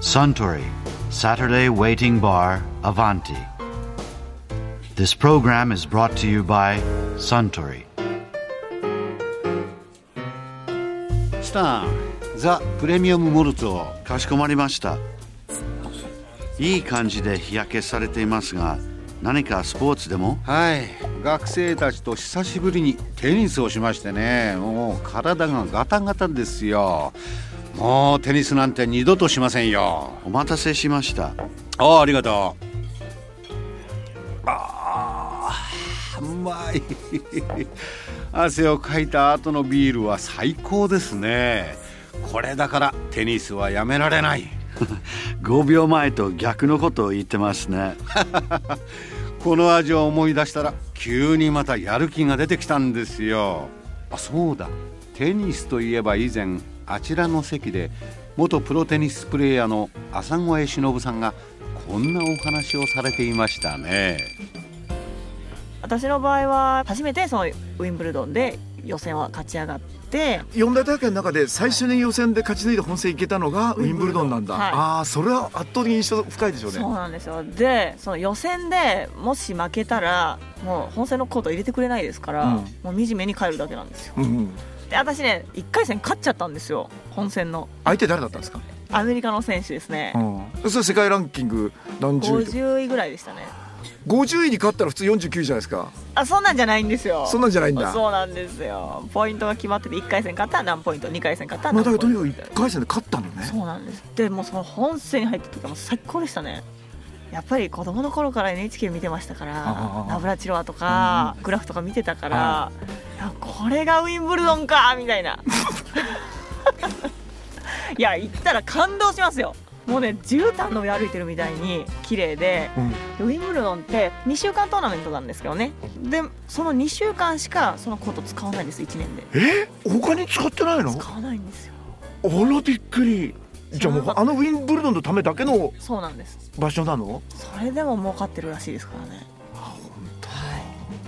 Suntory, Saturday Waiting Bar, Avanti. This program is brought to you by Suntory. スタンザ・プレミアムモルツをかしこまりましたいい感じで日焼けされていますが何かスポーツでもはい学生たちと久しぶりにテニスをしましてねもう体がガタガタですよもうテニスなんて二度としませんよお待たせしましたああありがとうああうまい 汗をかいた後のビールは最高ですねこれだからテニスはやめられない5秒前と逆のことを言ってますねこの味を思い出したら急にまたやる気が出てきたんですよあそうだテニスといえば以前あちらの席で元プロテニスプレーヤーの浅越忍さんがこんなお話をされていましたね私の場合は初めてそのウィンブルドンで予選を勝ち上がって四大大会の中で最初に予選で勝ち抜いて本戦行けたのがウィンブルドンなんだ、はいああそれは圧倒的に印象深いでしょうねそうなんですよでその予選でもし負けたらもう本戦のコート入れてくれないですから、うんもう惨めに帰るだけなんですようんうんで私ね1回戦勝っちゃったんですよ本戦の相手誰だったんですか、アメリカの選手ですねうん、それ世界ランキング何十位とか50位ぐらいでしたね50位に勝ったら普通49位じゃないですかあそんなんじゃないんですよそんなんじゃないんだそうなんですよポイントが決まってて1回戦勝ったら何ポイント2回戦勝ったらまあ、何だポかイらントとにかく1回戦で勝ったのねそうなんですでもうその本戦に入った時はもう最高でしたねやっぱり子供の頃から NHK 見てましたからあ「ナブラチロワ」とか「グラフ」とか見てたからいやこれがウィンブルドンかみたいな いや行ったら感動しますよもうね絨毯の上歩いてるみたいに綺麗でうんでウィンブルドンって2週間トーナメントなんですけどねでその2週間しかそのコート使わないんです1年でえ他に使ってないの使わないんですよあらびっくりじゃあもそううあのウィンブルドンのためだけのそうなんです場所なのそれでも儲かってるらしいですからねは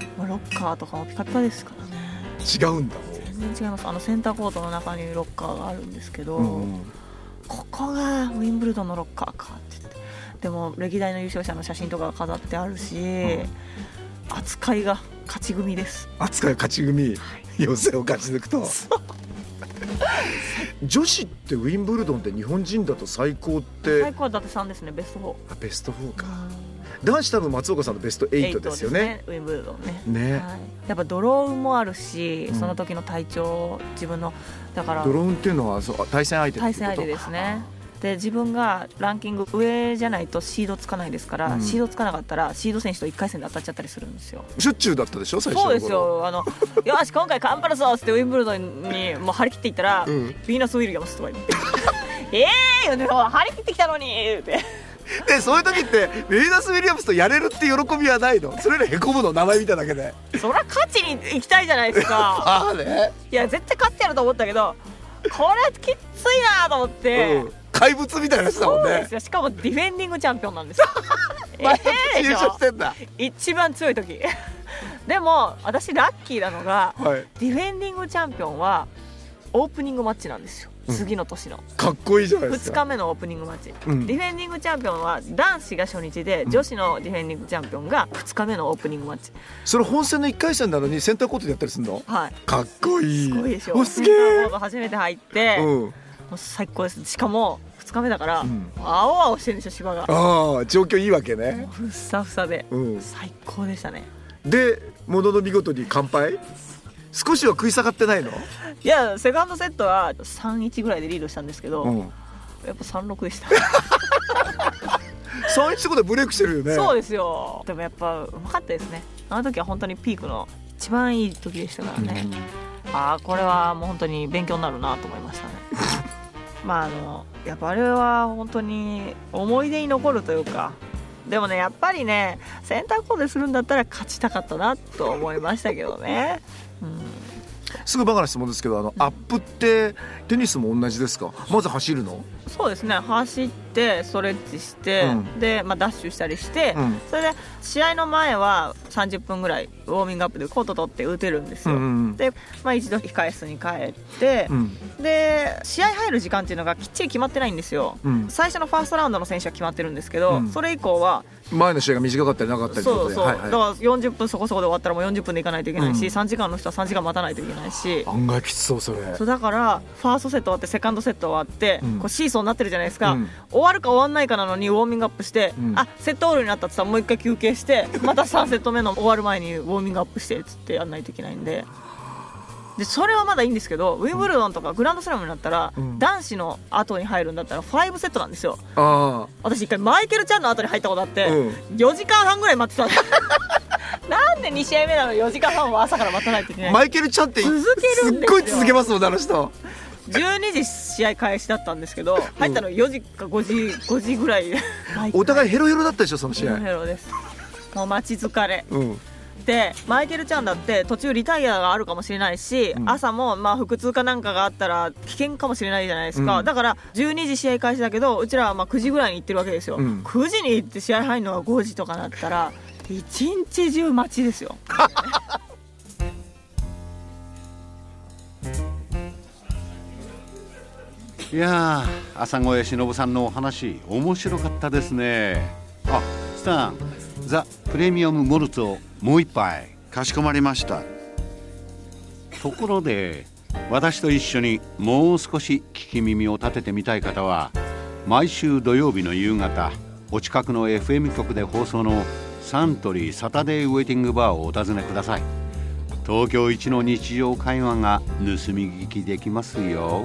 いもうロッカーとかもピカピカですからね違うんだ全然違いますあのセンターコートの中にロッカーがあるんですけど、もう、うんうんここがウィンブルドンのロッカーかって言ってでも歴代の優勝者の写真とかが飾ってあるし、扱いが勝ち組です扱い勝ち組予選を勝ち抜くと女子ってウィンブルドンって日本人だと最高って、最高は伊達さんですねベスト4あベスト4か男子多分松岡さんのベストエイ8トですよねウィンブルドンねねはい、やっぱドローンもあるし、うんその時の体調自分のだからドローンっていうのはそうあ対戦相手ってこと対戦相手ですねで自分がランキング上じゃないとシードつかないですから、うんシードつかなかったらシード選手と1回戦で当たっちゃったりするんですよしょっちゅうだったでしょ最初そうの頃ですよあ のよし今回頑張るぞっつってウィンブルドンにもう張り切っていったら、うんヴィーナス・ウィリアムスとか言って 「ええー!」でも張り切ってきたのに言うてでそういう時ってメイダス・ウィリアムスとやれるって喜びはないのそれよりへこむの名前見ただけでそりゃ勝ちに行きたいじゃないです かああね、いや絶対勝ってやると思ったけどこれきっついなと思って、うん、怪物みたいな人だもんそうでねすよしかもディフェンディングチャンピオンなんです よえ毎え年で優し勝ょしてんだ、一番強い時 でも私ラッキーなのがはい、ディフェンディングチャンピオンはオープニングマッチなんですよ次の年のかっこいいじゃないです2か日目のオープニングマッチ、うんディフェンディングチャンピオンは男子が初日で女子のディフェンディングチャンピオンが2日目のオープニングマッチそれ本戦の1回戦なのにセンターコートでやったりするのはいかっこいいすごいでしょおすげえボード初めて入って、もうん、う最高ですしかも2日目だから、ん青々してるんですよ芝がああ状況いいわけね、ふっさふさで、うん、最高でしたねでものの見事に乾杯少しは食い下がってないの、いやセカンドセットは3-1ぐらいでリードしたんですけど、うん、やっぱ3-6でした3一とこでブレイクしてるよね そううですよでもやっぱうまかったですねあの時は本当にピークの一番いい時でしたからね、ああこれはもう本当に勉強になるなと思いましたね まああのやっぱあれは本当に思い出に残るというかでもねやっぱりねセンターコーデするんだったら勝ちたかったなと思いましたけどね、うん、すぐバカな質問ですけどあのアップってテニスも同じですかまず走るのそうですね走ってストレッチして、うんで、まあ、ダッシュしたりして、うんそれで試合の前は30分ぐらいウォーミングアップでコート取って打てるんですよ、うんうんうんで、まあ、一度控え室に帰って、うんで試合入る時間っていうのがきっちり決まってないんですよ、うん最初のファーストラウンドの選手は決まってるんですけど、うんそれ以降は前の試合が短かったりなかったりってこそとうでそう、はいはだいから40分そこそこで終わったらもう40分で行かないといけないし、うん3時間の人は3時間待たないといけないし案外きつそうそれそうだからファーストセット終わってセカンドセット終わって、うんこうシーソーになってるじゃないですか、うん終わるか終わんないかなのにウォーミングアップして、うんあセットオールになったって言ったらもう一回休憩してまた3セット目の終わる前にウォーミングアップしてっつってやんないといけないんで。でそれはまだいいんですけどウィンブルドンとかグランドスラムになったら、うん男子の後に入るんだったら5セットなんですよあ私一回マイケルちゃんの後に入ったことあって、うん4時間半ぐらい待ってたんです なんで2試合目なの4時間半は朝から待たないといけなあいマイケルちゃんって続けるんですよっごい続けますもんねあの人12時試合開始だったんですけど入ったの4時か5時5時ぐらいでお互いいヘロヘロだったでしょその試ヘロ合ヘロですもう待ち疲れうんでマイケルちゃんだって途中リタイアがあるかもしれないし、ん朝もまあ腹痛かなんかがあったら危険かもしれないじゃないですか、うんだから12時試合開始だけどうちらはまあ9時ぐらいに行ってるわけですよ、うん9時に行って試合入るのが5時とかなったら一日中待ちですよいやー朝越忍さんのお話面白かったですねあスタンザ・プレミアム・モルツをもう一杯かしこまりましたところで私と一緒にもう少し聞き耳を立ててみたい方は毎週土曜日の夕方お近くの FM 局で放送のサントリーサタデーウェイティングバーをお尋ねください東京一の日常会話が盗み聞きできますよ